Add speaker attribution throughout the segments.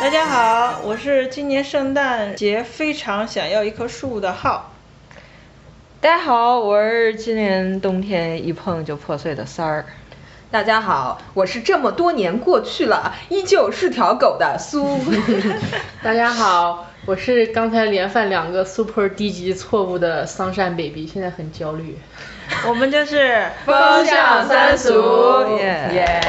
Speaker 1: 大家好，我是今年圣诞节非常想要一棵树的浩。
Speaker 2: 大家好，我是今年冬天一碰就破碎的三儿。
Speaker 3: 大家好，我是这么多年过去了，依旧是条狗 的苏。
Speaker 4: 大家好，我是刚才连犯两个 super 低级错误的桑葚 baby，现在很焦虑。
Speaker 1: 我们这是
Speaker 3: 风向三俗
Speaker 2: 耶
Speaker 3: 耶！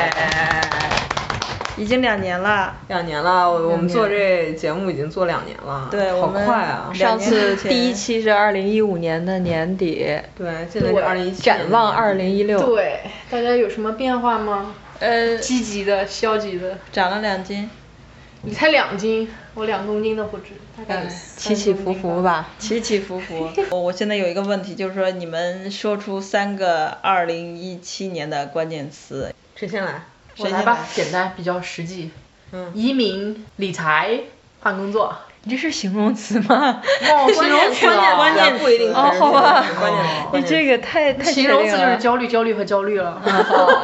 Speaker 1: 已经两年了。
Speaker 3: 两年了，我我们做这节目已经做两年了，
Speaker 1: 对我
Speaker 3: 好
Speaker 1: 们
Speaker 3: 快啊！
Speaker 1: 两
Speaker 2: 上次
Speaker 1: 年前
Speaker 2: 第一期是二零一五年的年底，
Speaker 3: 对，现在是二零一七，
Speaker 2: 展望二零一六。，
Speaker 4: 对，大家有什么变化吗？
Speaker 1: 呃，
Speaker 4: 积极的、消极的。
Speaker 1: 长了两斤，
Speaker 4: 你才两斤，我两公斤都不止，大概
Speaker 2: 起起伏伏吧。
Speaker 1: 起起伏伏。我我现在有一个问题，就是说你们说出三个二零一七年的关键词，
Speaker 3: 谁先来？
Speaker 4: 我来吧，简单，比较实际。
Speaker 3: 嗯
Speaker 4: 移民、理财、换工作。
Speaker 2: 你这是形容词吗？
Speaker 4: 哦，形容词啊
Speaker 1: 关键词
Speaker 3: 不一定
Speaker 1: 哦
Speaker 3: 是
Speaker 2: 好吧
Speaker 3: 关键词
Speaker 2: 你
Speaker 3: 关键词
Speaker 2: 这个太太
Speaker 4: 形
Speaker 2: 确
Speaker 4: 容
Speaker 2: 定
Speaker 4: 词就是
Speaker 2: 了
Speaker 4: 焦虑、焦虑和焦虑了。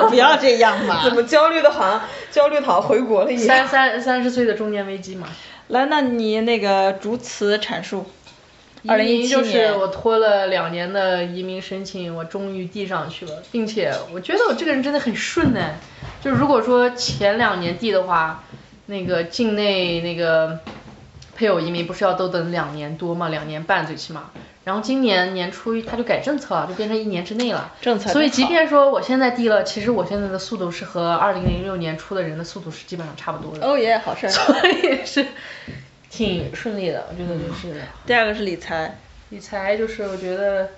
Speaker 1: 不要这样嘛。
Speaker 3: 怎么焦虑的好像焦虑的好像回国了一样
Speaker 4: 三。三三十岁的中年危机嘛。
Speaker 1: 来，那你那个逐词阐述。二零
Speaker 4: 移
Speaker 1: 一
Speaker 4: 民
Speaker 1: 七
Speaker 4: 就是
Speaker 1: 年，
Speaker 4: 我拖了两年的移民申请，我终于递上去了，并且我觉得我这个人真的很顺哎，就如果说前两年递的话，那个境内那个配偶移民不是要都等两年多嘛，两年半最起码。然后今年年初他就改政策了，就变成一年之内了。
Speaker 1: 政策
Speaker 4: 所以
Speaker 1: 真
Speaker 4: 即
Speaker 1: 好
Speaker 4: 便说我现在递了，其实我现在的速度是和二零零六年初的人的速度是基本上差不 多的，
Speaker 1: 哦耶，好事儿。
Speaker 4: 所以是挺顺利的，我觉得就是。
Speaker 1: 第二个是理财，
Speaker 4: 理财就是我觉得，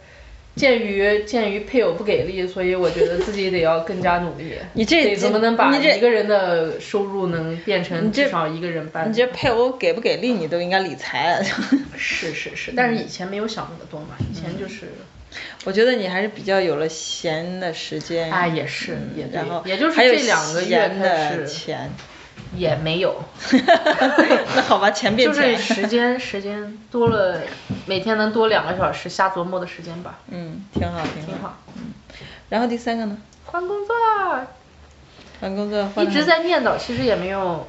Speaker 4: 鉴于鉴于配偶不给力，所以我觉得自己得要更加努力。
Speaker 1: 你这
Speaker 4: 得怎么能把
Speaker 1: 你这
Speaker 4: 一个人的收入能变成
Speaker 1: 这
Speaker 4: 至少一个人半？
Speaker 1: 你这配偶给不给力，你都应该理财、啊
Speaker 4: 是是
Speaker 1: 嗯
Speaker 4: 是，但是以前没有想那么多嘛，以前就是，
Speaker 1: 我觉得你还是比较有了闲的时间。
Speaker 4: 哎，也是也对
Speaker 1: 嗯然后，
Speaker 4: 也就是
Speaker 1: 还有
Speaker 4: 这两个月
Speaker 1: 闲
Speaker 4: 开
Speaker 1: 的
Speaker 4: 始
Speaker 1: 钱。
Speaker 4: 也没有，
Speaker 1: 那好吧，钱变
Speaker 4: 就
Speaker 1: 钱。
Speaker 4: 是时间时间多了，每天能多两个小时瞎琢磨的时间吧，
Speaker 1: 嗯，挺好，挺好。嗯
Speaker 4: 挺好。
Speaker 1: 然后第三个呢？
Speaker 4: 换工作，
Speaker 1: 啊换工作换
Speaker 4: 一
Speaker 1: 得
Speaker 4: 直
Speaker 1: 很
Speaker 4: 在念叨，其实也没有，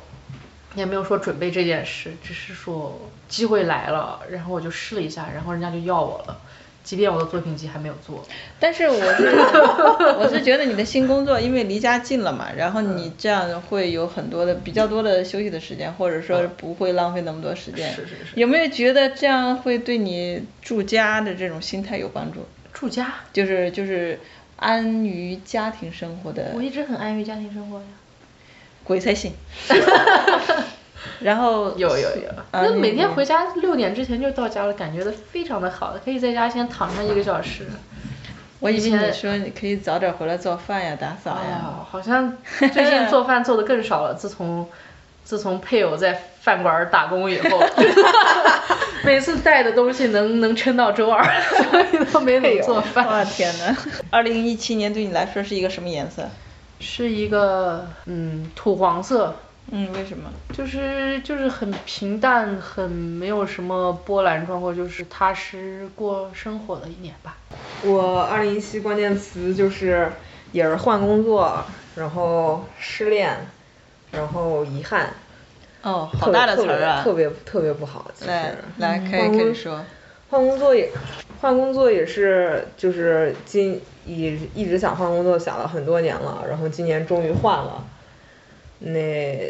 Speaker 4: 也没有说准备这件事，只是说机会来了，然后我就试了一下，然后人家就要我了，即便我的作品集还没有做。
Speaker 1: 但是我是 我是觉得你的新工作，因为离家近了嘛，然后你这样会有很多的比较多的休息的时间，或者说不会浪费那么多时间。
Speaker 4: 嗯是是是
Speaker 1: 有没有觉得这样会对你住家的这种心态有帮助？
Speaker 4: 住家，
Speaker 1: 就是就是安于家庭生活的
Speaker 4: 我一直很安于家庭生活呀。
Speaker 1: 鬼才 信。然后
Speaker 4: 有有有，
Speaker 1: 啊
Speaker 4: 那
Speaker 1: 你
Speaker 4: 每天
Speaker 1: 你
Speaker 4: 回家六点之前就到家了，感觉的非常的好，可以在家先躺上一个小 时。
Speaker 1: 我以
Speaker 4: 以
Speaker 1: 为你
Speaker 4: 前
Speaker 1: 说你可以早点回来做饭呀、打扫
Speaker 4: 哎
Speaker 1: 呀。
Speaker 4: 呀，好像最近做饭做的更少了。自从自从配偶在饭馆儿打工以后， 每次带的东西能能撑到周二， 所以都没怎么做
Speaker 1: 哇
Speaker 4: 饭。
Speaker 1: 天哪！二零一七年对你来说是一个什么颜色？
Speaker 4: 是一个嗯土黄色，
Speaker 1: 嗯，为什么？
Speaker 4: 就是就是很平淡，很没有什么波澜壮阔，就是踏实过生活的一年吧。
Speaker 3: 我二零一七关键词就是也是换工作，然后失恋，然后遗憾，
Speaker 1: 哦，好大的词儿啊！
Speaker 3: 特别特别特别不好。其实
Speaker 1: 来来，可
Speaker 4: 嗯
Speaker 1: 以
Speaker 3: 换
Speaker 1: 可以
Speaker 3: 工
Speaker 1: 说。
Speaker 3: 换工作也换工作也是就是今一一直想换工作，想了很多年了，然后今年终于换了。那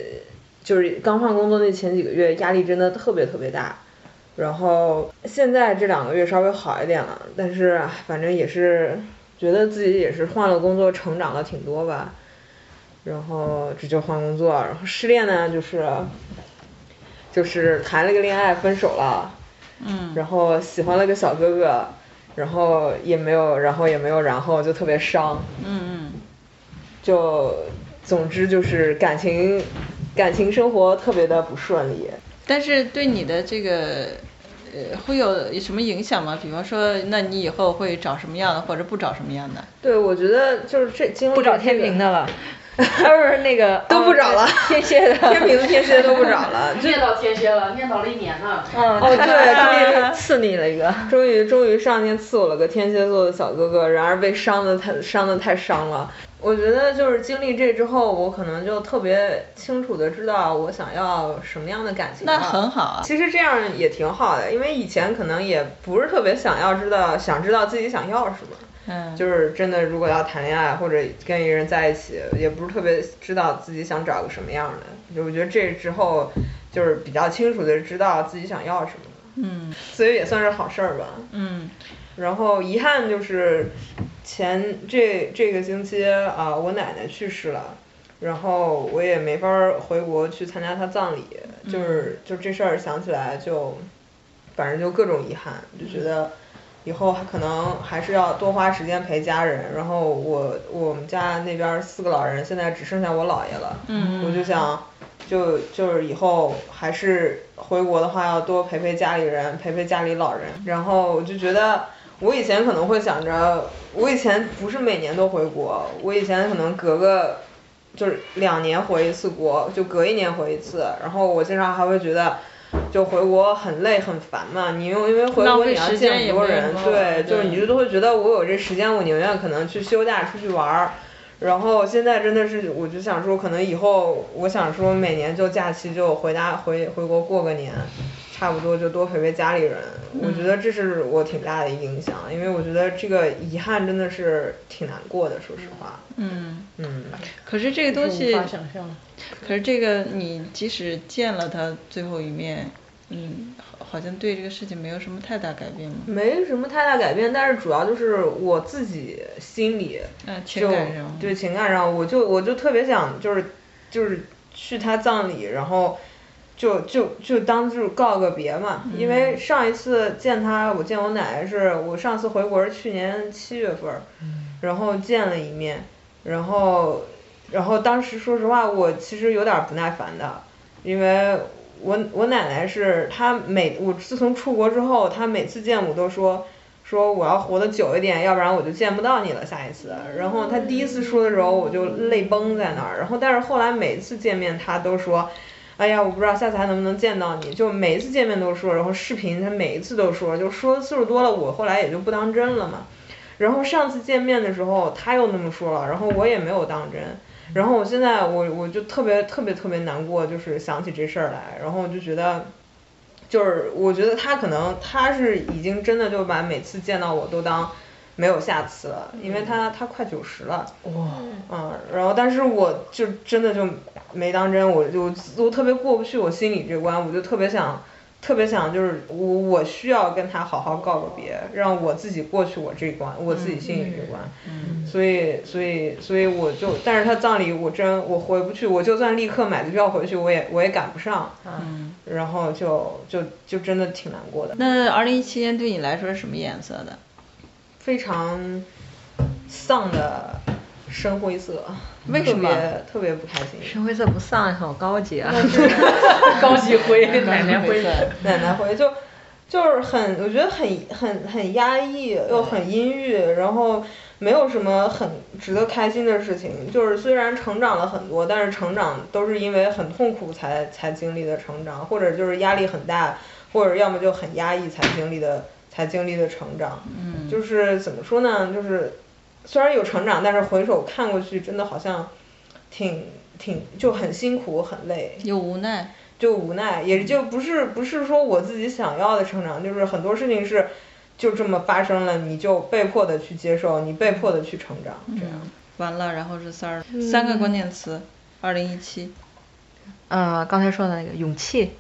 Speaker 3: 就是刚换工作那前几个月压力真的特别特别大，然后现在这两个月稍微好一点了，但是唉反正也是觉得自己也是换了工作，成长了挺多吧。然后这就换工作，然后失恋呢，就是就是谈了个恋爱分手了，嗯，然后喜欢了个小哥哥，然后也没有，然后也没有，然后就特别伤，
Speaker 1: 嗯
Speaker 3: 就总之就是感情感情生活特别的不顺利。
Speaker 1: 但是对你的这个呃会有什么影响吗？比方说，那你以后会找什么样的，或者不找什么样的？
Speaker 3: 对，我觉得就是这经历
Speaker 2: 不找天平 的了，啊不是那个
Speaker 3: 都不找了
Speaker 2: 哦对天蝎的，
Speaker 3: 天平天蝎都不找 了，
Speaker 4: 念叨天蝎了，念叨了一年呢。
Speaker 2: 嗯，
Speaker 3: 哦对
Speaker 2: 终于刺你了一个，
Speaker 3: 终于，终于上天赐我了个天蝎座的小哥哥，然而被伤的太伤的太伤了。我觉得就是经历这之后，我可能就特别清楚的知道我想要什么样的感情了。
Speaker 1: 那很好啊。
Speaker 3: 其实这样也挺好的，因为以前可能也不是特别想要知道，想知道自己想要什么。
Speaker 1: 嗯，
Speaker 3: 就是真的，如果要谈恋爱或者跟一个人在一起，也不是特别知道自己想找个什么样的。就我觉得这之后，就是比较清楚的知道自己想要什么。
Speaker 1: 嗯
Speaker 3: 所以也算是好事儿吧。
Speaker 1: 嗯
Speaker 3: 然后遗憾就是前这这个星期啊、我奶奶去世了，然后我也没法儿回国去参加她葬礼，
Speaker 1: 嗯
Speaker 3: 就是就这事儿想起来就，反正就各种遗憾，就觉得以后可能还是要多花时间陪家人。然后我我们家那边儿四个老人，现在只剩下我姥爷了，
Speaker 1: 嗯
Speaker 3: 我就想。就就是以后还是回国的话，要多陪陪家里人，陪陪家里老人。然后我就觉得，我以前可能会想着，我以前不是每年都回国，我以前可能隔个就是两年回一次国，就隔一年回一次。然后我经常还会觉得。就回国很累很烦嘛，你又因为回
Speaker 1: 浪
Speaker 3: 国
Speaker 1: 费
Speaker 3: 你要
Speaker 1: 时
Speaker 3: 见
Speaker 1: 间
Speaker 3: 很
Speaker 1: 也
Speaker 3: 多
Speaker 1: 没
Speaker 3: 人
Speaker 1: 有，
Speaker 3: 对，就是
Speaker 1: 对
Speaker 3: 你就都会觉得我有这时间，我宁愿可能去休假出去玩儿，然后现在真的是，我就想说，可能以后我想说，每年就假期就回家回回国过个年，差不多就多陪陪家里人。我觉得这是我挺大的一个影响，因为我觉得这个遗憾真的是挺难过的，说实话。
Speaker 1: 嗯。
Speaker 3: 嗯，
Speaker 1: 可是这个东
Speaker 4: 无
Speaker 1: 西
Speaker 4: 法，想象。
Speaker 1: 可是这个你即使见了他最后一面，嗯，好好像对这个事情没有什么太大改变嘛。
Speaker 3: 没什么太大改变，但是主要就是我自己心里
Speaker 1: 嗯
Speaker 3: 就，
Speaker 1: 情感上
Speaker 3: 对情感上，我就我就特别想就是就是去他葬礼，然后就就就当就是告个别嘛，因为
Speaker 1: 嗯
Speaker 3: 上一次见他，我见我奶奶是我上次回国是去年七月份儿，
Speaker 1: 嗯
Speaker 3: 然后见了一面，然后然后当时说实话，我其实有点儿不耐烦的，因为我我奶奶是她每我自从出国之后，她每次见我都说说我要活得久一点，要不然我就见不到你了下一次。然后她第一次说的时候，我就泪崩在那儿。然后但是后来每次见面，她都说。哎呀，我不知道下次还能不能见到你。就每一次见面都说，然后视频她每一次都说，就说的次数多了，我后来也就不当真了嘛。然后上次见面的时候，他又那么说了，然后我也没有当真。然后我现在我我就特别特别特别难过，就是想起这事儿来，然后我就觉得，就是我觉得他可能他是已经真的就把每次见到我都当没有下次了，因为他他快九十了，嗯，然后但是我就真的就没当真，我就我特别过不去我心里这关，我就特别想，特别想就是我我需要跟他好好告个别，让我自己过去我这一关，我自己心里这关。
Speaker 1: 嗯
Speaker 3: 所以所以所以我就，但是他葬礼我真我回不去，我就算立刻买机票回去，我也我也赶不上。
Speaker 1: 嗯。
Speaker 3: 然后就就就真的挺难过的，
Speaker 1: 那二零一七年对你来说是什么颜色的？
Speaker 3: 非常丧的深灰色，
Speaker 1: 为什么
Speaker 3: 特别特别不开心。
Speaker 2: 深灰色不丧，好高级啊！
Speaker 4: 高级 灰， 奶奶灰。
Speaker 3: 奶奶回就就是很，我觉得很很很压抑，又很阴郁，然后没有什么很值得开心的事情。就是虽然成长了很多，但是成长都是因为很痛苦才才经历的成长，或者就是压力很大，或者要么就很压抑才经历的才经历的成长。嗯，就是怎么说呢？就是虽然有成长，但是回首看过去，真的好像挺挺就很辛苦，很累。
Speaker 1: 有无奈。
Speaker 3: 就无奈，也就不是不是说我自己想要的成长，就是很多事情是就这么发生了，你就被迫的去接受，你被迫的去成长，这样。
Speaker 1: 完了，然后是三儿，三个关键词，二零一七。
Speaker 2: 呃，刚才说的那个勇气，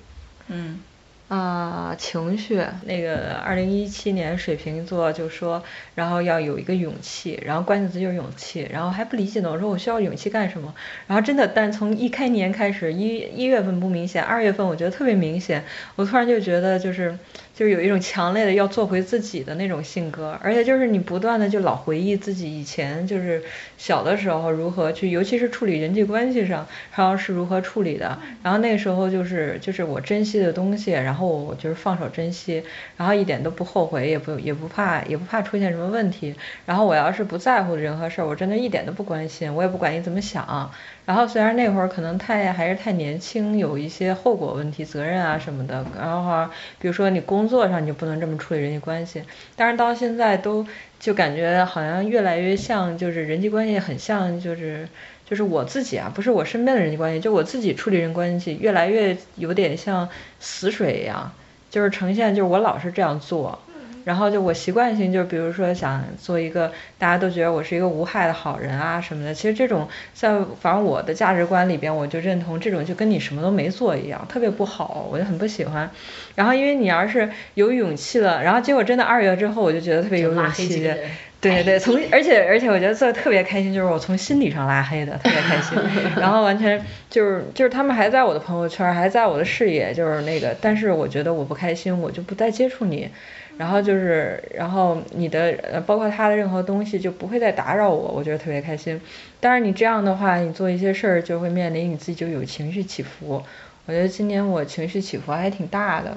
Speaker 1: 嗯
Speaker 2: 啊、情绪那个二零一七年水瓶座就说，然后要有一个勇气，然后关键词就是勇气，然后还不理解呢，我说我需要勇气干什么？然后真的，但从一开年开始，一一月份不明显，二月份我觉得特别明显，我突然就觉得就是
Speaker 1: 就是有一种强烈的要做回自己的那种性格，而且就是你不断的就老回忆自己以前就是小的时候如何去，尤其是处理人际关系上，然后是如何处理的，然后那个时候就是就是我珍惜的东西，然后我就是放手珍惜，然后一点都不后悔，也不也不怕也不怕出现什么问题，然后我要是不在乎人和事儿，我真的一点都不关心，我也不管你怎么想，然后虽然那会儿可能太还是太年轻，有一些后果问题、责任啊什么的，然后啊比如说你工作上你就不能这么处理人际关系，但是到现在都就感觉好像越来越像，就是人际关系很像就是就是我自己啊，不是我身边的人际关系，就我自己处理人际关系越来越有点像死水一样，就是呈现就是我老是这样做。然后就我习惯性就比如说想做一个大家都觉得我是一个无害的好人啊什么的，其实这种在反正我的价值观里边，我就认同这种就跟你什么都没做一样，特别不好，我就很不喜欢。然后因为你要是有勇气了，然后结果真的二月之后，我就觉得特别有
Speaker 2: 就
Speaker 1: 勇
Speaker 2: 拉黑
Speaker 1: 气
Speaker 2: 几个人。
Speaker 1: 对对对，从而且而且我觉得做的特别开心，就是我从心理上拉黑的，特别开心。然后完全就是就是他们还在我的朋友圈，还在我的视野，就是那个，但是我觉得我不开心，我就不再接触你。然后就是，然后你的呃，包括他的任何东西就不会再打扰我，我觉得特别开心。但是你这样的话，你做一些事儿就会面临你自己就有情绪起伏。我觉得今年我情绪起伏还挺大的。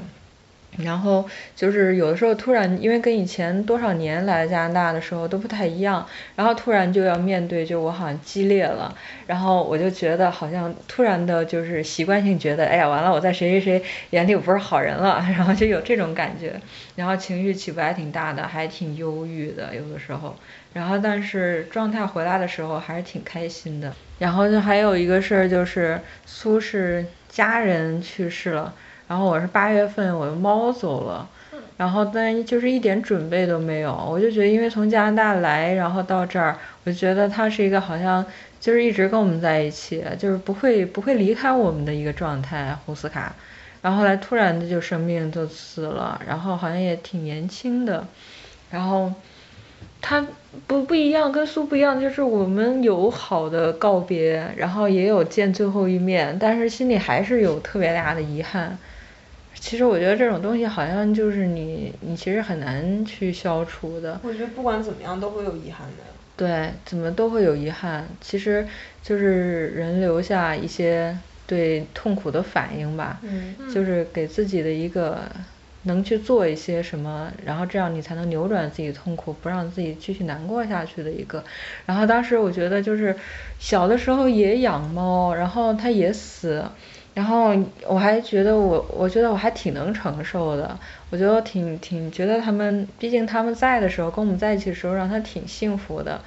Speaker 1: 然后就是有的时候突然，因为跟以前多少年来加拿大的时候都不太一样，然后突然就要面对，就我好像激烈了，然后我就觉得好像突然的就是习惯性觉得，哎呀完了，我在谁谁谁眼里我不是好人了， 然后就有这种感觉，然后情绪起伏还挺大的，还挺忧郁的有的时候，然后但是状态回来的时候还是挺开心的。然后就还有一个事儿就是苏是家人去世了。然后我是八月份我的猫走了，然后但就是一点准备都没有，我就觉得因为从加拿大来，然后到这儿，我觉得它是一个好像就是一直跟我们在一起，就是不会不会离开我们的一个状态，胡斯卡，然后后来突然的就生病就死了，然后好像也挺年轻的，然后。它不不一样，跟苏不一样，就是我们有好的告别，然后也有见最后一面，但是心里还是有特别大的遗憾。其实我觉得这种东西好像就是你，你其实很难去消除的。
Speaker 3: 我觉得不管怎么样都会有遗憾的。
Speaker 1: 对，怎么都会有遗憾。其实就是人留下一些对痛苦的反应吧，
Speaker 3: 嗯
Speaker 1: 就是给自己的一个能去做一些什么，然后这样你才能扭转自己痛苦，不让自己继续难过下去的一个。然后当时我觉得就是小的时候也养猫，然后它也死。然后我还觉得我，我觉得我还挺能承受的。我觉得我挺挺觉得他们，毕竟他们在的时候，跟我们在一起的时候，让他挺幸福的。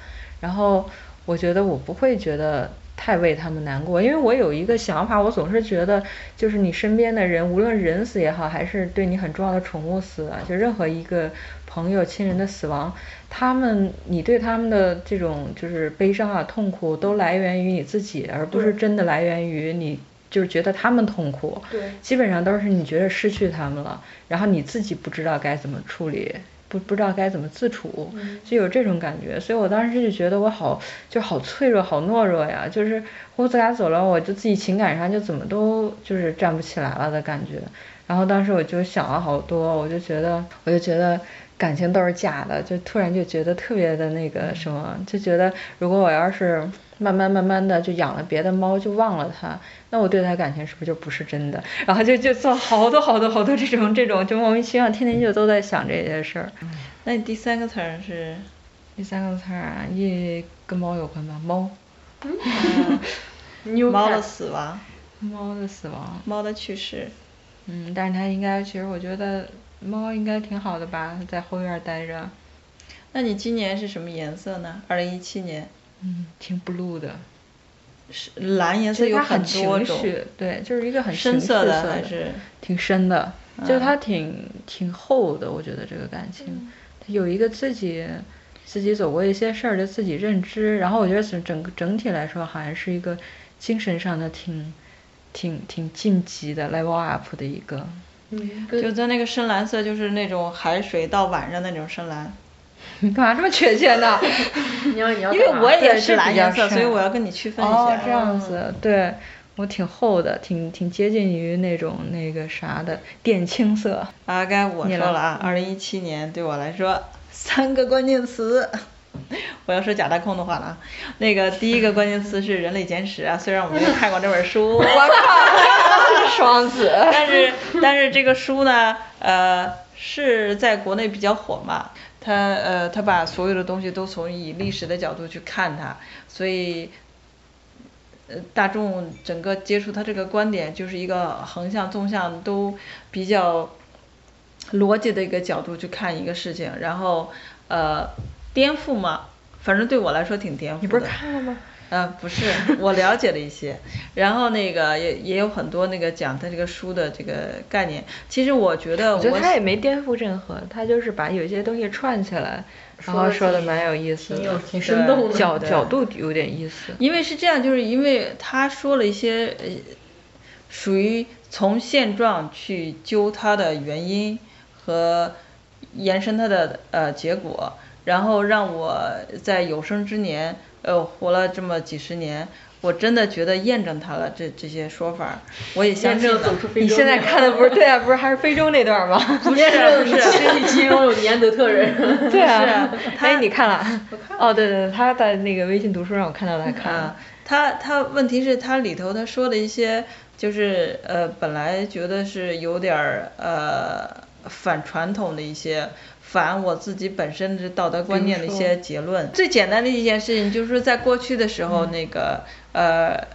Speaker 1: 然后我觉得我不会觉得太为他们难过，因为我有一个想法，我总是觉得，就是你身边的人，无论人死也好，还是对你很重要的宠物死啊，就任何一个朋友、亲人的死亡，他们你对他们的这种就是悲伤啊、痛苦，都来源于你自己，而不是真的来源于你。就是觉得他们痛苦，
Speaker 3: 对
Speaker 1: 基本上都是你觉得失去他们了，然后你自己不知道该怎么处理，不不知道该怎么自处，就有这种感觉。所以我当时就觉得我好，就好脆弱，好懦弱呀。就是胡子卡走了，我就自己情感上就怎么都就是站不起来了的感觉。然后当时我就想了好多，我就觉得，我就觉得感情都是假的，就突然就觉得特别的那个什么，就觉得如果我要是慢慢慢慢的就养了别的猫，就忘了它，那我对它感情是不是就不是真的？然后就就做好多好多好多这种这种，就莫名其妙，天天就都在想这些事儿。
Speaker 4: 那你第三个词儿是？
Speaker 1: 第三个词儿啊，也跟猫有关吧？猫，
Speaker 2: New
Speaker 4: 嗯猫的
Speaker 2: cat
Speaker 4: 死亡，
Speaker 1: 猫的死亡，
Speaker 4: 猫的去世。
Speaker 1: 嗯，但是它应该，其实我觉得猫应该挺好的吧，在后院儿待着，
Speaker 4: 那你今年是什么颜色呢？二零一七年，
Speaker 1: 嗯，挺 blue 的。
Speaker 4: 是蓝颜色
Speaker 1: 就
Speaker 4: 有
Speaker 1: 它很
Speaker 4: 多
Speaker 1: 情
Speaker 4: 种，
Speaker 1: 绪，对，就是一个很
Speaker 4: 深
Speaker 1: 情
Speaker 4: 色
Speaker 1: 绪
Speaker 4: 的
Speaker 1: 色
Speaker 4: 还是
Speaker 1: 挺深的，
Speaker 4: 嗯
Speaker 1: 就是它挺挺厚的，我觉得这个感
Speaker 4: 嗯
Speaker 1: 情，它有一个自己自己走过一些事儿的自己认知，然后我觉得整整个整体来说，好像是一个精神上的挺挺挺晋级的 level up 的一个，
Speaker 3: 嗯，
Speaker 4: 就在那个深蓝色，就是那种海水到晚上那种深蓝。
Speaker 1: 你 干嘛这么确切 呢？
Speaker 2: 你要你要
Speaker 4: 因为
Speaker 2: 干嘛
Speaker 4: 我
Speaker 1: 对是
Speaker 4: 也啊是
Speaker 1: 比
Speaker 4: 蓝
Speaker 1: 较
Speaker 4: 颜色，所以
Speaker 1: 深
Speaker 4: 我要跟你区分一下。
Speaker 1: 哦
Speaker 4: 嗯
Speaker 1: 哦，这样子，对。
Speaker 4: 我挺厚的，挺挺接近于那种那个啥的靛 青色。
Speaker 1: 啊，该我说了啊，二零一七年对我来说三个关键 词。我要说假大空的话了啊，那个第一个关键词是《人类简史》啊，虽然我没有看过这本 书，我靠，
Speaker 3: 双子，
Speaker 1: 但是 但是这个书呢，呃，是在国内比较火嘛，它呃它把所有的东西都从以历史的角度去看它，所以。呃，大众整个接触他这个观点，就是一个横向、纵向都比较逻辑的一个角度去看一个事情，然后呃，颠覆嘛，反正对我来说挺颠覆的。
Speaker 4: 你不是看了吗？
Speaker 1: 呃，不是，我了解了一些，然后那个也也有很多那个讲他这个书的这个概念。其实我觉得我，
Speaker 4: 我觉得他也没颠覆任何，他就是把有些东西串起来，然后说的蛮有意思的，
Speaker 2: 挺有挺生动的，
Speaker 4: 角角度有点意思。
Speaker 1: 因为是这样，就是因为他说了一些呃，属于从现状去揪它的原因和延伸它的呃结果，然后让我在有生之年。呃，活了这么几十年，我真的觉得验证他了这这些说法，我也相信了。
Speaker 4: 你现在看的啊不是对啊，不是还是非洲那 段吗？
Speaker 1: 不是不是，
Speaker 2: 身体基因中有尼安德特人。
Speaker 4: 对
Speaker 1: 啊，
Speaker 4: 哎，你看了？
Speaker 3: 啊
Speaker 4: 哦，对对对，他在那个微信读书上我看到他
Speaker 3: 嗯
Speaker 4: 看了。
Speaker 1: 他他问题是，他里头他说的一些，就是呃，本来觉得是有点儿呃反传统的一些。反我自己本身的道德观念的一些结论。最简单的一件事情就是说，在过去的时候，那个、嗯、呃，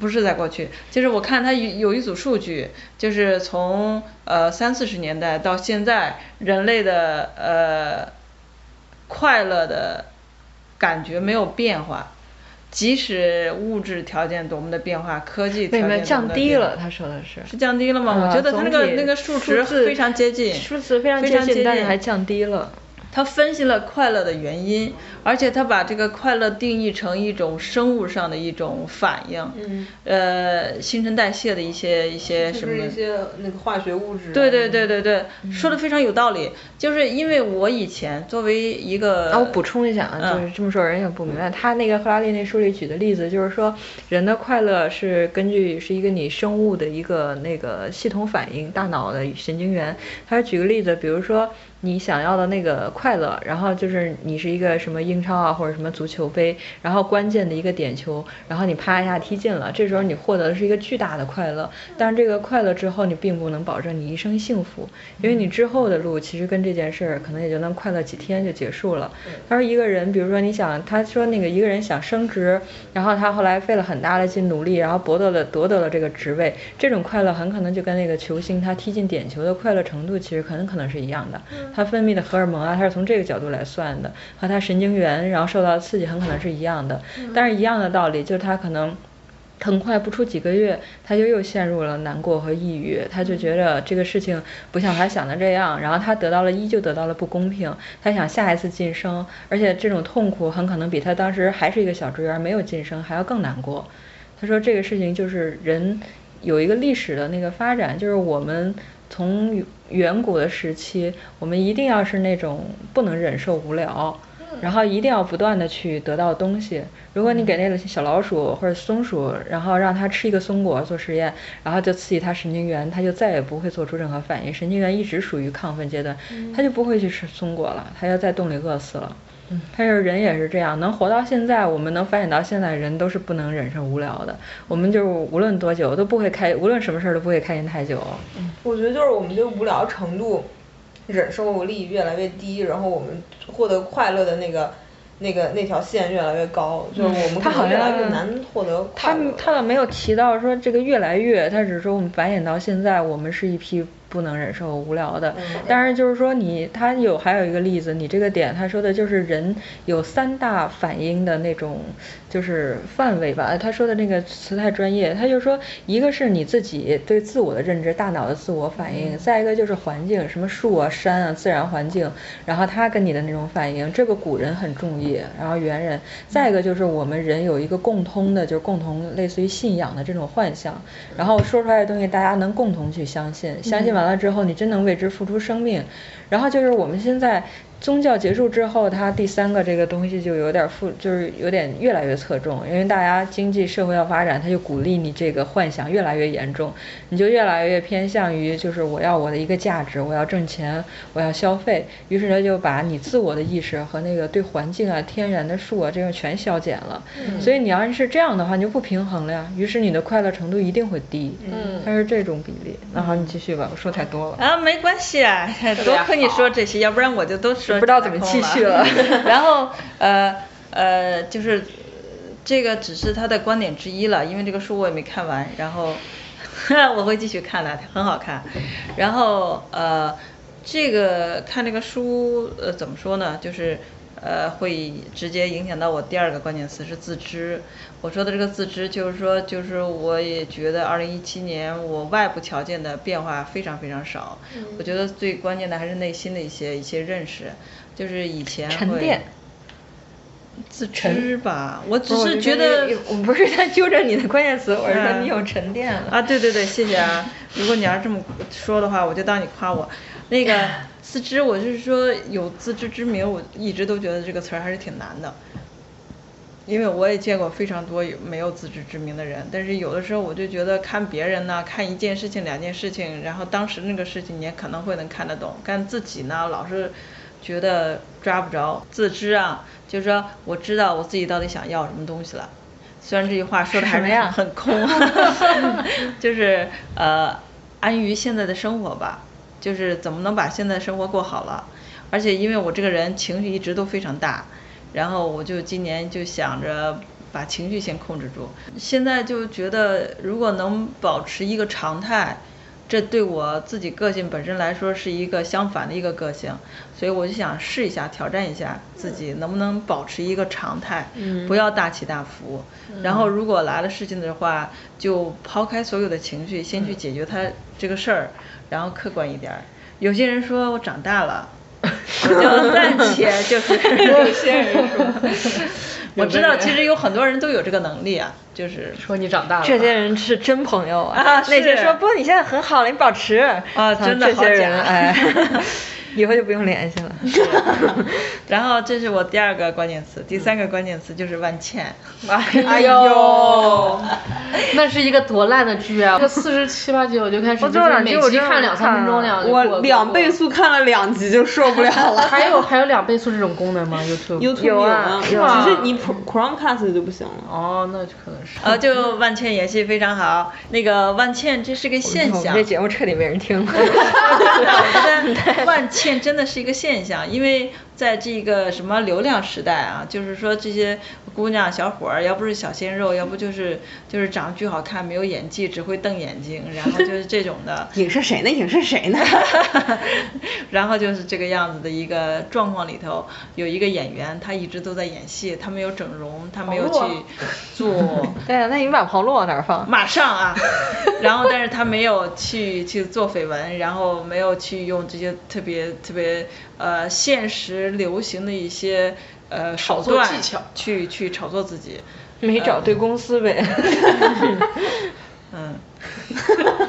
Speaker 1: 不是在过去，就是我看它有有一组数据，就是从呃三四十年代到现在，人类的呃快乐的感觉没有变化，即使物质条件多么的变化，科技条件 多么的
Speaker 4: 降低了，他说的是
Speaker 1: 是降低了吗？呃、我觉得它那个那个数值非常接近，
Speaker 4: 数值
Speaker 1: 非
Speaker 4: 常
Speaker 1: 接
Speaker 4: 近，但是还降低了。
Speaker 1: 他分析了快乐的原因，嗯而且他把这个快乐定义成一种生物上的一种反应，
Speaker 3: 嗯、
Speaker 1: 呃，新陈代谢的一些一些什么，
Speaker 3: 一些那个化学物质、啊。
Speaker 1: 对对对对对，嗯、说的非常有道理。就是因为我以前作为一个，
Speaker 4: 啊，我补充一下啊，
Speaker 1: 嗯、
Speaker 4: 就是这么说人也不明白。他那个赫拉利那书里举的例子，就是说人的快乐是根据是一个你生物的一个那个系统反应，大脑的神经元。他举个例子，比如说。你想要的那个快乐，然后就是你是一个什么英超啊，或者什么足球杯，然后关键的一个点球，然后你啪一下踢进了，这时候你获得的是一个巨大的快乐。但是这个快乐之后，你并不能保证你一生幸福，因为你之后的路其实跟这件事儿可能也就能快乐几天就结束了。他说一个人，比如说你想，他说那个一个人想升职，然后他后来费了很大的劲努力，然后博得了夺得了这个职位，这种快乐很可能就跟那个球星他踢进点球的快乐程度其实很可能是一样的。它分泌的荷尔蒙啊，它是从这个角度来算的，和它神经元然后受到刺激很可能是一样的，但是一样的道理就是它可能。很快不出几个月，他就又陷入了难过和抑郁，他就觉得这个事情不像他想的这样，然后他得到了依旧得到了不公平，他想下一次晋升，而且这种痛苦很可能比他当时还是一个小职员没有晋升还要更难过。他说这个事情就是人有一个历史的那个发展，就是我们。从远古的时期，我们一定要是那种不能忍受无聊，然后一定要不断的去得到东西。如果你给那个小老鼠或者松鼠，然后让它吃一个松果做实验，然后就刺激它神经元，它就再也不会做出任何反应，神经元一直属于亢奋阶段，它就不会去吃松果了，它要在洞里饿死了。但是人也是这样，能活到现在，我们能发展到现在，人都是不能忍受无聊的。我们就是无论多久都不会开，无论什么事儿都不会开心太久。
Speaker 3: 我觉得就是我们对无聊程度忍受力越来越低，然后我们获得快乐的那个。那个那条线越来越高，就是我们
Speaker 4: 他好
Speaker 3: 越来越难获得
Speaker 4: 他他倒没有提到说这个越来越，他只是说我们繁衍到现在，我们是一批不能忍受无聊的。
Speaker 3: 嗯、
Speaker 4: 但是就是说你他有还有一个例子，你这个点他说的就是人有三大反应的那种就是范围吧，呃他说的那个词太专业，他就说一个是你自己对自我的认知，大脑的自我反应，
Speaker 3: 嗯、
Speaker 4: 再一个就是环境，什么树啊山啊自然环境，然后他跟你的那种反应，这个古人很注意。然后猿人，再一个就是我们人有一个共通的，就是共同类似于信仰的这种幻想，然后说出来的东西大家能共同去相信，相信完了之后你真能为之付出生命，然后就是我们现在。
Speaker 2: 宗教结束之后，它第三个这个东西就有点负，就是有点越来越侧重，因为大家经济社会要发展，它就鼓励你这个幻想越来越严重，你就越来越偏向于就是我要我的一个价值，我要挣钱，我要消费，于是它就把你自我的意识和那个对环境啊、天然的树啊这种全消减了。
Speaker 3: 嗯
Speaker 2: 所以你要是这样的话，你就不平衡了呀，于是你的快乐程度一定会低。嗯，呃它是这种比例。那好，你继续吧，我说太多了。
Speaker 1: 啊，没关系啊，多亏你说这些，要不然我就都说
Speaker 2: 不知道怎么继续
Speaker 1: 啊
Speaker 2: 了
Speaker 1: 然后呃呃，就是呃这个只是他的观点之一了，因为这个书我也没看完，然后 我会继续看的，很好看。然后呃，这个看这个书呃怎么说呢，就是。呃，会直接影响到我第二个关键词是自知。我说的这个自知，就是说，就是我也觉得二零一七年我外部条件的变化非常非常少。我觉得最关键的还是内心的一些一些认识，就是以前
Speaker 2: 沉
Speaker 1: 会
Speaker 2: 淀
Speaker 1: 自知吧，我只
Speaker 2: 不
Speaker 1: 是
Speaker 2: 就
Speaker 1: 觉得
Speaker 2: 你我不是在纠正你的关键词，我是说
Speaker 1: 嗯
Speaker 2: 你有沉淀了。
Speaker 1: 啊，对对对，谢谢 啊。如果你要是这么说的话，我就当你夸我。那 个自知，我就是说有自知之明，我一直都觉得这个词儿还是挺难的。因为我也见过非常多有没有自知之明的人，但是有的时候我就觉得看别人呢，看一件事情、两件事情，然后当时那个事情你也可能会能看得懂，但自己呢老是觉得抓不着自知啊，就是说我知道我自己到底想要什么东西了。虽然这句话说的还
Speaker 2: 什么呀
Speaker 1: 是很 空， 就是呃，安于现在的生活吧，就是怎么能把现在的生活过好了。而且因为我这个人情绪一直都非常大，然后我就今年就想着把情绪先控制住。现在就觉得如果能保持一个常态，这对我自己个性本身来说是一个相反的一个个性，所以我就想试一下，挑战一下自己能不能保持一个常态，不要大起大伏。然后如果来了事情的话，就抛开所有的情绪，先去解决它这个事儿，然后客观一点儿。有些人说我长大了，我就暂 且就是有些人说，我知道其实有很多人都有这个能力啊，就是
Speaker 4: 说你长大了吧，
Speaker 2: 这些人是真朋友
Speaker 1: 啊
Speaker 2: 那些
Speaker 1: 是
Speaker 2: 说不，你现在很好了，你保持
Speaker 1: 啊真的
Speaker 2: 这
Speaker 1: 好
Speaker 2: 些人
Speaker 1: 假
Speaker 2: 哎，以后就不用联系了。
Speaker 1: 然后这是我第二个关键词，第三个关键词就是万 茜。
Speaker 4: 哎呦，那是一个多烂的剧啊！这四十七八集我就开始，
Speaker 2: 我
Speaker 4: 就
Speaker 2: 这
Speaker 4: 是
Speaker 2: 两
Speaker 4: 每
Speaker 2: 集
Speaker 4: 集
Speaker 2: 我真的
Speaker 4: 看两三分钟那样就过。
Speaker 3: 我两倍
Speaker 4: 速。
Speaker 3: 速看了两集就受不了 了。
Speaker 4: 还有还有两倍速这种功能吗？YouTube？
Speaker 3: YouTube
Speaker 2: 有啊
Speaker 3: 啊，
Speaker 2: 有
Speaker 4: 啊
Speaker 3: 只是你 Chr- Chromecast 就不行了。，
Speaker 4: 哦，那就可能是。
Speaker 1: 呃，就万茜演戏非常好。那个万茜这是个现
Speaker 2: 我们
Speaker 1: 象
Speaker 2: 这，节目彻底没人 听了。
Speaker 1: 我觉得万茜真的是一个现象，因为在这个什么流量时代啊，就是说这些姑娘小伙儿，要不是小鲜肉，要不就是就是长得巨好看，没有演技，只会瞪眼睛，然后就是这种 的
Speaker 3: 影射谁呢？影射谁呢？
Speaker 1: 然后就是这个样子的一个状况里头，有一个演员，他一直都在演戏，他没有整容，他没有去
Speaker 4: 好弱
Speaker 1: 做。
Speaker 2: 对啊，那你把旁洛哪儿放？
Speaker 1: 马上 啊，然后但是他没有去去做绯闻，然后没有去用这些特别特别呃现实流行的一些呃手
Speaker 4: 作
Speaker 1: 段
Speaker 4: 技巧
Speaker 1: 去去炒作自己，
Speaker 2: 没找对公司 呗，
Speaker 1: 嗯。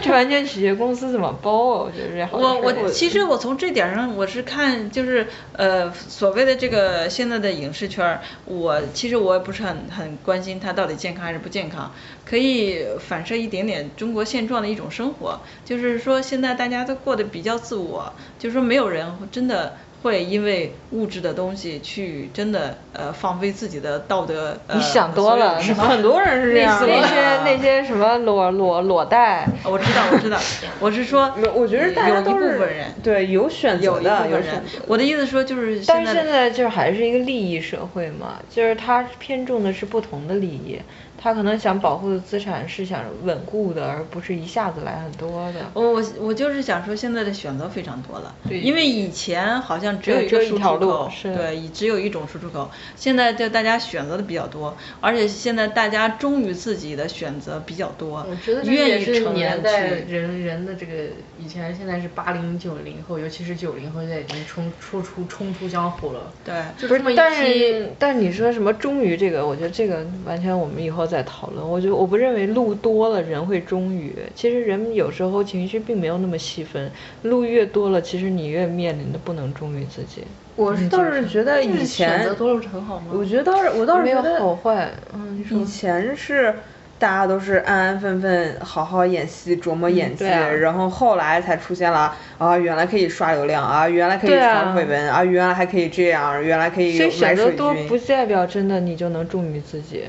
Speaker 2: 这完全取决公司怎么包啊！我觉得这好
Speaker 1: 我
Speaker 2: 像是
Speaker 1: 我其实我从这点上，我是看就是呃所谓的这个现在的影视圈儿，我其实我也不是很很关心它到底健康还是不健康，可以反射一点点中国现状的一种生活，就是说现在大家都过得比较自我，就是说没有人真的。会因为物质的东西去真的呃放飞自己的道德，呃、
Speaker 2: 你想多了
Speaker 1: 所有
Speaker 3: 很多人是这样的。
Speaker 2: 那些那些什么裸裸裸贷，
Speaker 1: 我知道我 知道，我是说，
Speaker 3: 我觉得大
Speaker 1: 有
Speaker 3: 家
Speaker 1: 一
Speaker 3: 都
Speaker 1: 部
Speaker 3: 是
Speaker 1: 分人
Speaker 3: 对有选
Speaker 1: 有
Speaker 3: 择
Speaker 1: 一
Speaker 3: 的，
Speaker 1: 部
Speaker 3: 有
Speaker 1: 分
Speaker 3: 选
Speaker 1: 人
Speaker 3: 择。的。
Speaker 1: 我的意思说就是
Speaker 2: 但
Speaker 1: 现在
Speaker 2: 是现在就是还是一个利益社会嘛，就是它偏重的是不同的利益，他可能想保护的资产是想稳固的，而不是一下子来很多的。
Speaker 1: 我我我就是想说，现在的选择非常多了，因为以前好像只有
Speaker 2: 对
Speaker 1: 一
Speaker 2: 只有
Speaker 1: 个
Speaker 2: 一
Speaker 1: 输
Speaker 2: 条
Speaker 1: 出
Speaker 2: 路
Speaker 1: 口，
Speaker 2: 是
Speaker 1: 对，以只有一种输出口。现在就大家选择的比较多，而且现在大家忠于自己的选择比较多
Speaker 4: 我觉得，这个
Speaker 1: 愿
Speaker 4: 也
Speaker 1: 意
Speaker 4: 是
Speaker 1: 承
Speaker 4: 年
Speaker 1: 认
Speaker 4: 代
Speaker 1: 去。
Speaker 4: 人人的这个以前现在是八零九零后，尤其是九零后，现在已经冲出出冲出江湖了。
Speaker 1: 对，
Speaker 4: 就
Speaker 2: 不
Speaker 4: 这
Speaker 2: 是
Speaker 4: 么，一
Speaker 2: 但
Speaker 4: 批
Speaker 2: 是但你说什么忠于这个，我觉得这个完全我们以后再讨论。我觉得我不认为路多了人会忠于，其实人有时候情绪并没有那么细分，路越多了，其实你越面临的不能忠于自己。嗯
Speaker 3: 我是倒是觉得以
Speaker 4: 选
Speaker 3: 前
Speaker 4: 择，多了不是很好吗？
Speaker 3: 我觉得倒是我倒是
Speaker 2: 没
Speaker 3: 觉
Speaker 2: 有
Speaker 3: 得
Speaker 2: 好坏，嗯，你说
Speaker 3: 以前是大家都是安安分分，好好演戏，琢磨演技，
Speaker 2: 对啊
Speaker 3: 然后后来才出现了啊，原来可以刷流量啊，原来可以
Speaker 2: 对啊
Speaker 3: 传绯闻啊原来还可以这样，原来可以
Speaker 2: 所以
Speaker 3: 买
Speaker 2: 选择
Speaker 3: 水
Speaker 2: 多
Speaker 3: 军
Speaker 2: 不代表真的你就能注迷自己，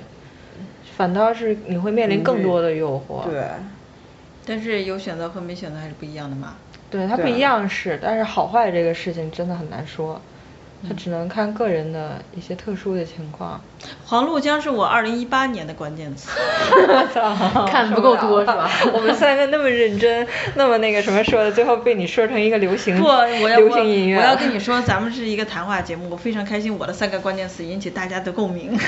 Speaker 2: 反倒是你会面临
Speaker 3: 嗯
Speaker 2: 更多的诱惑。
Speaker 3: 对，
Speaker 1: 但是有选择和没选择还是不一样的嘛。
Speaker 2: 对，它不
Speaker 3: 对
Speaker 2: 一样是，但是好坏这个事情真的很难说，它
Speaker 3: 嗯
Speaker 2: 只能看个人的一些特殊的情况。
Speaker 1: 黄浦江是我二零一八年的关键词。
Speaker 4: 看不够多是吧？
Speaker 2: 我们三个那么认真，那么那个什么说的，最后被你说成一个流行
Speaker 1: 不，我要
Speaker 2: 流
Speaker 1: 我
Speaker 2: 行音乐。，
Speaker 1: 我要跟你说，咱们是一个谈话节目，我非常开心，我的三个关键词引起大家的共鸣。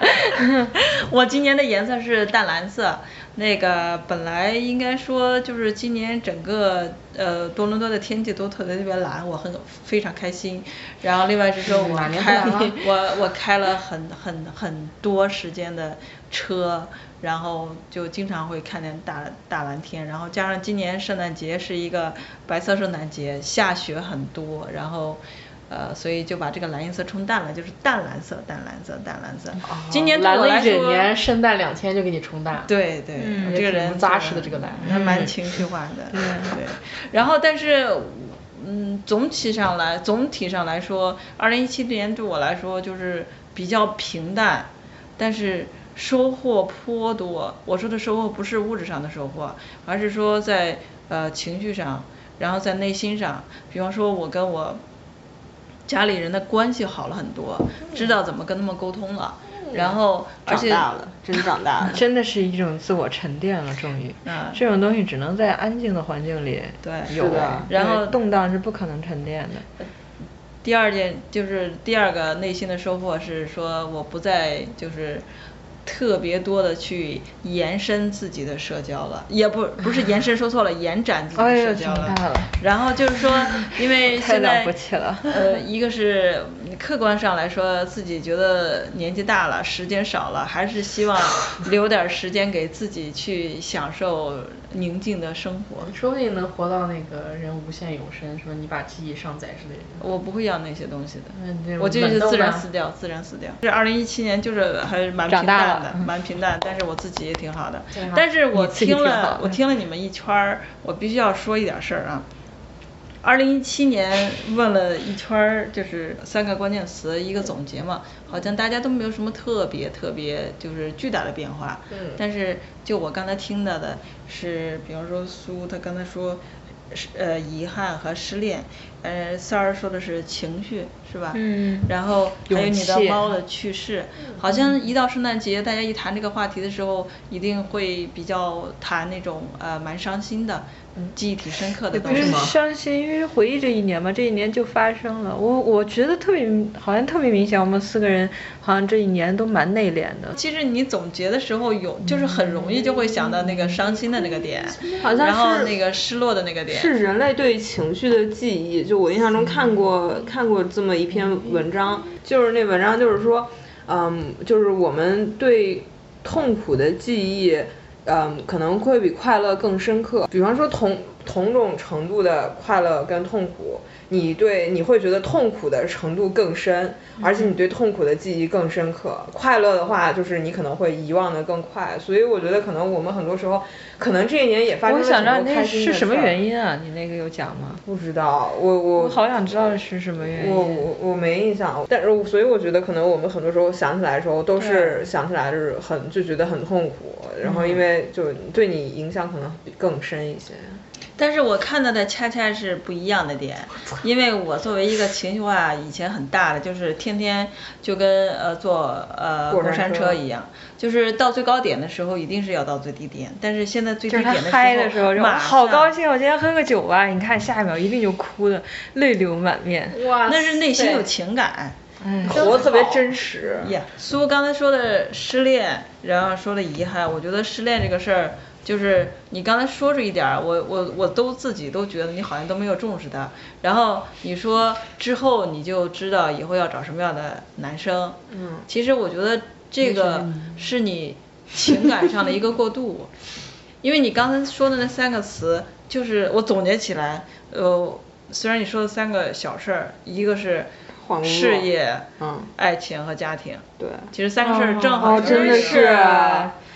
Speaker 1: 我今年的颜色是淡蓝色，那个本来应该说就是今年整个呃多伦多的天气都特别特别蓝，我很非常开心。然后另外就是说我
Speaker 4: 哪年不
Speaker 1: 开
Speaker 4: 蓝了
Speaker 1: 我我开了很很很多时间的车，然后就经常会看见大大蓝天，然后加上今年圣诞节是一个白色圣诞节，下雪很多，然后。呃，所以就把这个蓝颜色冲淡了，就是淡蓝色，淡蓝色，淡蓝色。今年对
Speaker 4: 懒
Speaker 1: 我
Speaker 4: 了
Speaker 1: 哦来
Speaker 4: 一
Speaker 1: 说，
Speaker 4: 整年，圣诞两天就给你冲淡。，
Speaker 1: 对对，
Speaker 4: 嗯
Speaker 1: 我这
Speaker 4: 也
Speaker 1: 个
Speaker 4: 挺
Speaker 1: 人
Speaker 4: 扎
Speaker 1: 就
Speaker 4: 实的这个男人
Speaker 1: 还蛮情绪化的，对。然后，但是，嗯，总体上来，总体上来说，二零一七年对我来说就是比较平淡，但是收获颇多。我说的收获不是物质上的收获，而是说在呃情绪上，然后在内心上，比方说我跟我家里人的关系好了很多，知道怎么跟他们沟通了，然后而
Speaker 3: 长
Speaker 1: 且
Speaker 3: 大了，真长大了
Speaker 2: 真的是一种自我沉淀了，终于。
Speaker 1: 嗯
Speaker 2: 这种东西只能在安静的环境里
Speaker 1: 对
Speaker 2: 有，
Speaker 3: 是的
Speaker 2: 对
Speaker 1: 然后
Speaker 2: 动荡是不可能沉淀的。
Speaker 1: 第二件就是第二个内心的收获是说，我不再就是特别多的去延伸自己的社交了，也不不是延伸说错了，延展自己
Speaker 2: 哎
Speaker 1: 的
Speaker 2: 呦
Speaker 1: 社交
Speaker 2: 长大了
Speaker 1: 然后就是说，因为
Speaker 2: 太
Speaker 1: 现在
Speaker 2: 了不起了
Speaker 1: 哎呃，一个是客观上来说，自己觉得年纪大了，时间少了，还是希望留点儿时间给自己去享受宁静的生 活。
Speaker 4: 说不定能活到那个人无限永生，说你把记忆上载之类的。
Speaker 1: 我不会要那些东西的，
Speaker 4: 嗯对
Speaker 1: 我就是
Speaker 4: 冷冻
Speaker 1: 自然
Speaker 4: 吧
Speaker 1: 死掉，自然死掉。这二零一七年就是还是蛮
Speaker 2: 长
Speaker 1: 平
Speaker 2: 大
Speaker 1: 淡的
Speaker 2: 了，嗯
Speaker 1: 蛮平淡，但是我自己也挺好的
Speaker 4: 挺好。
Speaker 1: 但是我
Speaker 2: 你自己
Speaker 1: 听
Speaker 2: 挺
Speaker 1: 了
Speaker 2: 好，
Speaker 1: 我听了你们一圈儿，我必须要说一点事儿啊。二零一七年问了一圈儿，就是三个关键词一个总结嘛，好像大家都没有什么特别特别就是巨大的变化。
Speaker 3: 嗯
Speaker 1: 但是就我刚才听到的是，比方说苏他刚才说，是呃遗憾和失恋，呃三儿说的是情绪是吧？
Speaker 2: 嗯
Speaker 1: 然后还有
Speaker 2: 勇
Speaker 1: 你的
Speaker 2: 气
Speaker 1: 猫的去世，好像一到圣诞节，大家一谈这个话题的时候，一定会比较谈那种呃蛮伤心的、记忆体深刻的东
Speaker 2: 因
Speaker 1: 西
Speaker 2: 为。伤心，因为回忆这一年嘛，这一年就发生了。我我觉得特别，好像特别明显，我们四个人好像这一年都蛮内敛的。
Speaker 1: 其实你总结的时候有，就是很容易就会想到那个伤心的那个点，
Speaker 3: 好像
Speaker 1: 然后
Speaker 3: 是
Speaker 1: 那个失落的那个点，
Speaker 3: 是人类对情绪的记忆。就我印象中看过
Speaker 2: 嗯
Speaker 3: 看过这么一篇文章，就是那文章就是说，嗯，就是我们对痛苦的记忆，嗯，可能会比快乐更深刻。比方说同同种程度的快乐跟痛苦，你对你会觉得痛苦的程度更深，而且你对痛苦的记忆更深刻。快乐的话，就是你可能会遗忘的更快。所以我觉得可能我们很多时候，可能这一年也发生
Speaker 2: 我
Speaker 3: 了
Speaker 2: 想知道
Speaker 3: 很
Speaker 2: 你
Speaker 3: 多
Speaker 2: 那
Speaker 3: 开心
Speaker 2: 是
Speaker 3: 的
Speaker 2: 什么
Speaker 3: 事儿
Speaker 2: 原因啊？你那个有讲吗？
Speaker 3: 不知道，我我
Speaker 2: 我好想知道是什么原因。
Speaker 3: 我我我没印象，但是我所以我觉得可能我们很多时候想起来的时候都是想起来就是很就觉得很痛苦，然后因为就对你影响可能更深一些。
Speaker 1: 但是我看到的恰恰是不一样的点，因为我作为一个情绪化以前很大的，就是天天就跟呃坐呃
Speaker 3: 过
Speaker 1: 过
Speaker 3: 山
Speaker 1: 山
Speaker 3: 车
Speaker 1: 车一样，就是到最高点的时候一定是要到最低点，但是现在最低
Speaker 2: 就是
Speaker 1: 点
Speaker 2: 他
Speaker 1: 时候，
Speaker 2: 嗨的时候就
Speaker 1: 马
Speaker 2: 好
Speaker 1: 上
Speaker 2: 高兴，我今天喝个酒吧。你看下一秒一定就哭的泪流满面。
Speaker 4: 哇
Speaker 1: 那是内心有
Speaker 4: 塞
Speaker 1: 情感。
Speaker 2: 哎，
Speaker 3: 活特别真实，
Speaker 1: 呀，苏刚才说的失恋，然后说的遗憾，我觉得失恋这个事儿，就是你刚才说出一点儿，我我我都自己都觉得你好像都没有重视它。然后你说之后你就知道以后要找什么样的男生，嗯，其实我觉得这个是你情感上的一个过渡。因为你刚才说的那三个词，就是我总结起来，呃，虽然你说的三个小事儿，一个是
Speaker 3: 换工作
Speaker 1: 事业、
Speaker 3: 嗯
Speaker 1: 爱情和家庭，
Speaker 3: 对，
Speaker 1: 其实三个事儿正好
Speaker 3: 哦
Speaker 1: 就
Speaker 3: 真的
Speaker 1: 是
Speaker 3: 是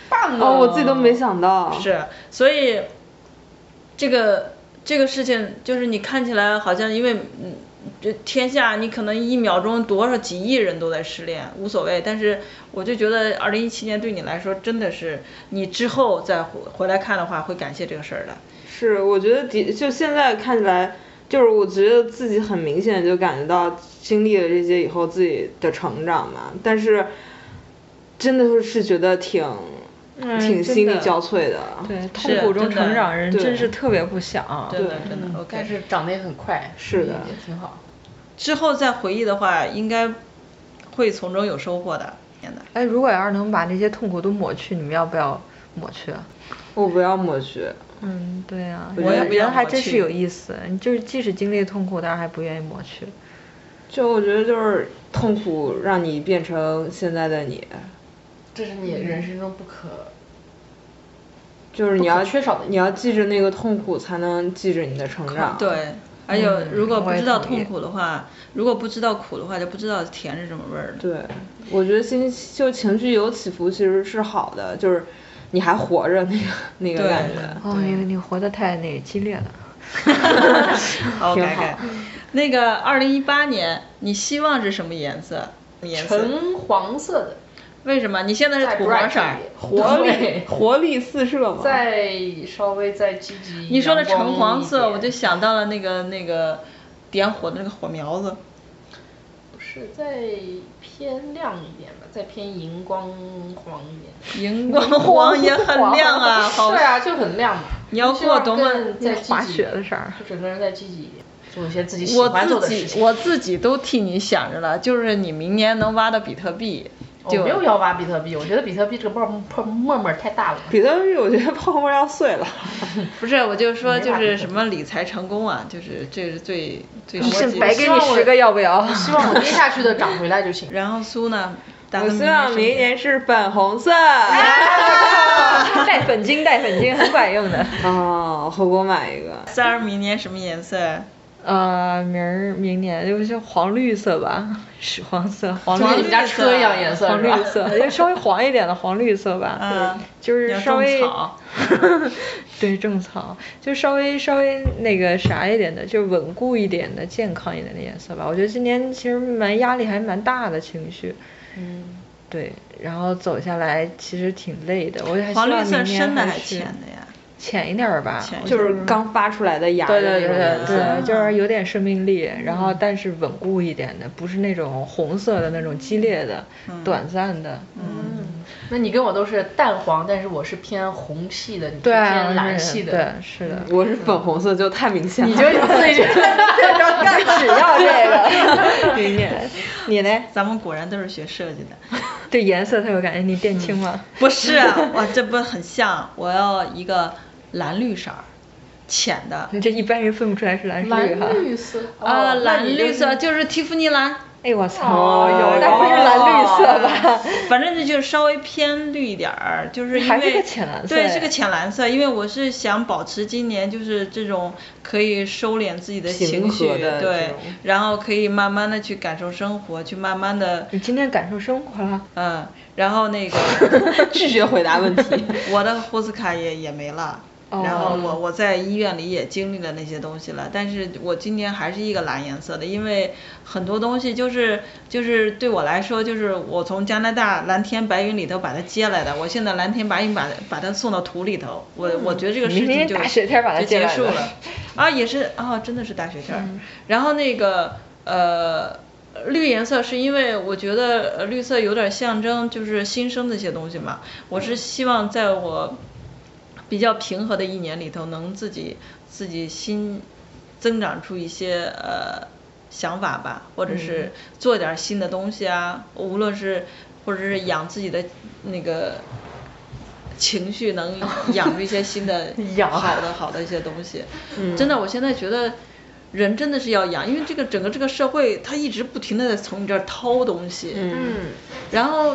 Speaker 4: 棒
Speaker 3: 哦，我自己都没想到，
Speaker 1: 是，所以这个这个事情就是你看起来好像因为嗯，这天下你可能一秒钟多少几亿人都在失恋，无所谓。但是我就觉得二零一七年对你来说真的是你之后再回回来看的话，会感谢这个事儿的。
Speaker 3: 是，我觉得的就现在看起来，就是我觉得自己很明显就感觉到经历了这些以后自己的成长嘛，但是真的是觉得挺、挺
Speaker 2: 嗯真
Speaker 3: 心力
Speaker 2: 的
Speaker 3: 交瘁的。
Speaker 2: 对，痛苦中
Speaker 1: 真的
Speaker 2: 成长，人真
Speaker 3: 对
Speaker 2: 是特别不想。
Speaker 1: 真的真的，OK
Speaker 4: 但。是长得也很快，
Speaker 3: 是的
Speaker 4: 也挺好。
Speaker 1: 之后再回忆的话，应该会从中有收获的。天呐
Speaker 2: 哎，如果要是能把这些痛苦都抹去，你们要不要抹去啊？
Speaker 3: 我不要抹去，
Speaker 2: 嗯，对啊，
Speaker 3: 我也
Speaker 2: 人
Speaker 1: 不要
Speaker 2: 人还
Speaker 1: 抹
Speaker 2: 真是
Speaker 1: 去
Speaker 2: 有意思，你就是即使经历痛苦，但是还不愿意抹去。
Speaker 3: 就我觉得就是痛苦让你变成现在的你，
Speaker 4: 这是你人生中不可
Speaker 3: 就是你要
Speaker 4: 不可缺少的一
Speaker 3: 你要记着那个痛苦，才能记着你的成长。
Speaker 1: 对，还有如果不
Speaker 2: 我也
Speaker 1: 知道
Speaker 2: 同意
Speaker 1: 痛苦的话，如果不知道苦的话，就不知道甜是什么味儿的。
Speaker 3: 对，我觉得心就情绪有起伏其实是好的，就是你还活着那个 那个
Speaker 1: 对
Speaker 3: 感觉。
Speaker 2: 哦，
Speaker 1: 对
Speaker 2: 你你活得太那激烈了。
Speaker 1: 好，
Speaker 3: 挺
Speaker 1: 改
Speaker 3: 好
Speaker 1: 改。那个二零一八年，你希望是什么颜色？颜色？
Speaker 4: 橙黄色的，
Speaker 1: 为什么？你现在是
Speaker 4: 再
Speaker 1: 土黄色儿
Speaker 4: bright 一点
Speaker 3: 活力
Speaker 4: 对
Speaker 3: 活力四射嘛。
Speaker 4: 再稍微再积极。
Speaker 1: 你说的
Speaker 4: 阳光
Speaker 1: 橙黄
Speaker 4: 一
Speaker 1: 色，
Speaker 4: 点
Speaker 1: 我就想到了那个那个点火的那个火苗子。
Speaker 4: 不是再偏亮一点吧，再偏荧光黄一点。
Speaker 1: 荧光黄也很亮啊，好
Speaker 4: 对。啊，就很亮嘛。
Speaker 1: 你要过多么
Speaker 4: 在
Speaker 2: 滑雪的事儿
Speaker 4: 就整个人再积极一点，做一些自己喜
Speaker 1: 我
Speaker 4: 欢做的
Speaker 1: 自
Speaker 4: 事
Speaker 1: 己
Speaker 4: 情。
Speaker 1: 我自己都替你想着了，就是你明年能挖到比特币，
Speaker 4: 我
Speaker 1: 就
Speaker 4: 没有要挖比特币，我觉得比特币这个泡沫泡沫沫太大了。
Speaker 3: 比特币我觉得泡沫要碎了，
Speaker 1: 不是，我就说
Speaker 4: 没
Speaker 1: 就
Speaker 4: 挖
Speaker 1: 是
Speaker 4: 比特
Speaker 1: 什么理财成功啊，就是这是最最
Speaker 4: 我
Speaker 1: 实
Speaker 2: 是
Speaker 1: 际
Speaker 2: 白
Speaker 1: 的。
Speaker 2: 给你十个要不要？
Speaker 4: 希望我跌下去的涨回来就行。
Speaker 1: 然后苏呢？打
Speaker 3: 我
Speaker 1: 算
Speaker 3: 希望
Speaker 1: 是
Speaker 3: 明年是粉红色。
Speaker 2: 带粉晶，带粉晶，很管用的。
Speaker 3: 哦，回国买一个。
Speaker 1: 三儿明年什么颜色？
Speaker 2: 呃，明儿明年就是黄绿色吧，屎黄色，黄
Speaker 4: 跟你
Speaker 2: 绿
Speaker 4: 们家车一样颜色
Speaker 2: 黄
Speaker 4: 是
Speaker 2: 绿
Speaker 4: 吧？
Speaker 2: 色， 就稍微黄一点的黄绿色吧。
Speaker 1: 嗯
Speaker 2: 就是
Speaker 1: 要
Speaker 2: 稍
Speaker 1: 种
Speaker 2: 微
Speaker 1: 草，
Speaker 2: 对种草，就稍微稍微那个啥一点的，就是稳固一点的、健康一点的颜色吧。我觉得今年其实蛮压力还蛮大的情绪，
Speaker 4: 嗯，
Speaker 2: 对，然后走下来其实挺累的。我还希
Speaker 1: 黄绿
Speaker 2: 望
Speaker 1: 色
Speaker 2: 明年
Speaker 1: 深的
Speaker 2: 还
Speaker 1: 还
Speaker 2: 是
Speaker 1: 浅的呀？
Speaker 2: 浅一点儿吧，
Speaker 1: 浅一
Speaker 2: 我
Speaker 3: 就
Speaker 2: 觉得
Speaker 3: 是刚发出来的芽
Speaker 2: 对
Speaker 3: 的那
Speaker 2: 对对
Speaker 3: 种颜
Speaker 2: 对
Speaker 3: 色，
Speaker 2: 对，就是有点生命力，然后但是稳固一点的，不是那种红色的那种激烈的、短暂的。嗯，
Speaker 4: 那你跟我都是淡黄，但是我是偏红系的，你是
Speaker 2: 对啊，
Speaker 4: 偏蓝
Speaker 2: 是
Speaker 4: 系的。
Speaker 2: 对，是的。
Speaker 3: 嗯我是粉红色就太明显了。
Speaker 4: 你就 有自己觉得
Speaker 2: 只 要这个，明年你呢？
Speaker 1: 咱们果然都是学设计的，
Speaker 2: 对颜色特有感觉，你变青吗？
Speaker 1: 不是 啊哇，这不很像？我要一个蓝绿色儿，浅的，
Speaker 2: 你这一般人分不出来是蓝是 绿哈。
Speaker 4: 蓝绿色哦
Speaker 1: 啊，蓝绿色
Speaker 4: 色
Speaker 1: 就是提芙尼蓝，
Speaker 2: 哎我操，
Speaker 4: 哦
Speaker 2: 有，那不是蓝绿色吧？
Speaker 1: 哦反正这就是稍微偏绿一点儿，就是因为
Speaker 2: 还是个浅蓝色
Speaker 1: 对，
Speaker 2: 哎
Speaker 1: 是个浅蓝色，因为我是想保持今年就是这种可以收敛自己的
Speaker 3: 平
Speaker 1: 情
Speaker 3: 和
Speaker 1: 绪，
Speaker 3: 的这
Speaker 1: 对
Speaker 3: 种，
Speaker 1: 然后可以慢慢的去感受生活，去慢慢的，
Speaker 2: 你今天感受生活了？
Speaker 1: 嗯，然后那 个
Speaker 3: 拒绝回答问题。
Speaker 1: 我的呼斯卡也也没了。
Speaker 2: 哦
Speaker 1: 然后我我在医院里也经历了那些东西了，但是我今年还是一个蓝颜色的，因为很多东西就是就是对我来说，就是我从加拿大蓝天白云里头把它接来的，我现在蓝天白云把把它送到土里头，我、我觉得这个事
Speaker 2: 嗯明
Speaker 1: 情
Speaker 2: 天
Speaker 1: 就
Speaker 2: 大雪天把它
Speaker 1: 就
Speaker 2: 接
Speaker 1: 结
Speaker 2: 来
Speaker 1: 束
Speaker 2: 的
Speaker 1: 了， 啊也是啊真的是大雪天儿，然后那个呃。绿颜色是因为我觉得呃绿色有点象征就是新生的一些东西嘛，我是希望在我比较平和的一年里头，能自己自己新增长出一些呃想法吧，或者是做点儿新的东西啊，无论是或者是养自己的那个情绪，能 养出一些新的
Speaker 2: 养
Speaker 1: 好的好的一些东西。真的，我现在觉得。人真的是要养，因为这个整个这个社会，它一直不停的在从你这儿掏东西，
Speaker 3: 嗯
Speaker 4: 嗯，
Speaker 1: 然后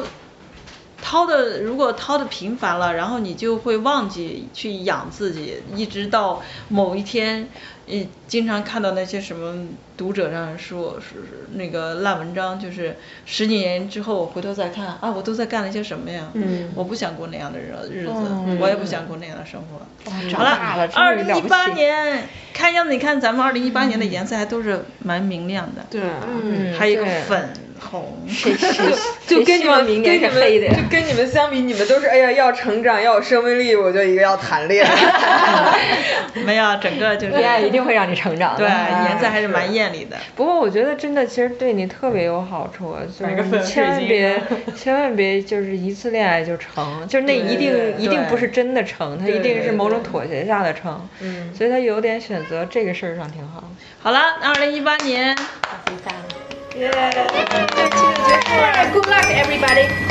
Speaker 1: 掏的如果掏的频繁了，然后你就会忘记去养自己，一直到某一天，呃，经常看到那些什么读者上说是那个烂文章，就是十几年之后回头再看啊，我都在干了些什么呀？
Speaker 4: 嗯
Speaker 1: 我不想过那样的日日子，
Speaker 2: 哦
Speaker 1: 我也不想过那样的生活。
Speaker 2: 长
Speaker 1: 好
Speaker 2: 大了，
Speaker 1: 二
Speaker 2: 终于
Speaker 1: 零
Speaker 2: 了
Speaker 1: 一
Speaker 2: 不
Speaker 1: 八
Speaker 2: 起。
Speaker 1: 年，看样子你看咱们二零一八年的颜色还都是蛮明亮的，
Speaker 3: 对，
Speaker 2: 嗯
Speaker 1: 还有一个
Speaker 2: 对
Speaker 1: 粉红，
Speaker 2: 谁谁
Speaker 3: 就
Speaker 2: 谁
Speaker 3: 跟你
Speaker 2: 希望
Speaker 3: 们
Speaker 2: 明年
Speaker 3: 跟你
Speaker 2: 是黑的
Speaker 3: 们
Speaker 2: 呀
Speaker 3: 就？跟你们相比，你们都是哎呀要成长要有生命力，我就一个要谈恋爱。
Speaker 1: 没有，整个 就是
Speaker 2: 恋爱一定啊会让你成长的。
Speaker 1: 对 颜色还
Speaker 3: 是
Speaker 1: 是蛮艳丽的。
Speaker 2: 不过我觉得真的其实对你特别有好处，啊就
Speaker 4: 买
Speaker 2: 是
Speaker 4: 个
Speaker 2: 你
Speaker 4: 粉
Speaker 2: 千万
Speaker 4: 水晶
Speaker 2: 别
Speaker 4: 啊
Speaker 2: 千万别就是一次恋爱就成，就是那一定
Speaker 1: 对
Speaker 2: 一定不
Speaker 1: 对
Speaker 2: 是真的成，它
Speaker 3: 对
Speaker 2: 一定
Speaker 3: 对
Speaker 2: 是某种
Speaker 3: 对
Speaker 2: 妥协下的成。
Speaker 3: 嗯
Speaker 2: 所以他有点选择这个事儿上挺好。
Speaker 1: 好了，二零一八年。
Speaker 4: 回家了。
Speaker 3: Yeah, to the good luck everybody.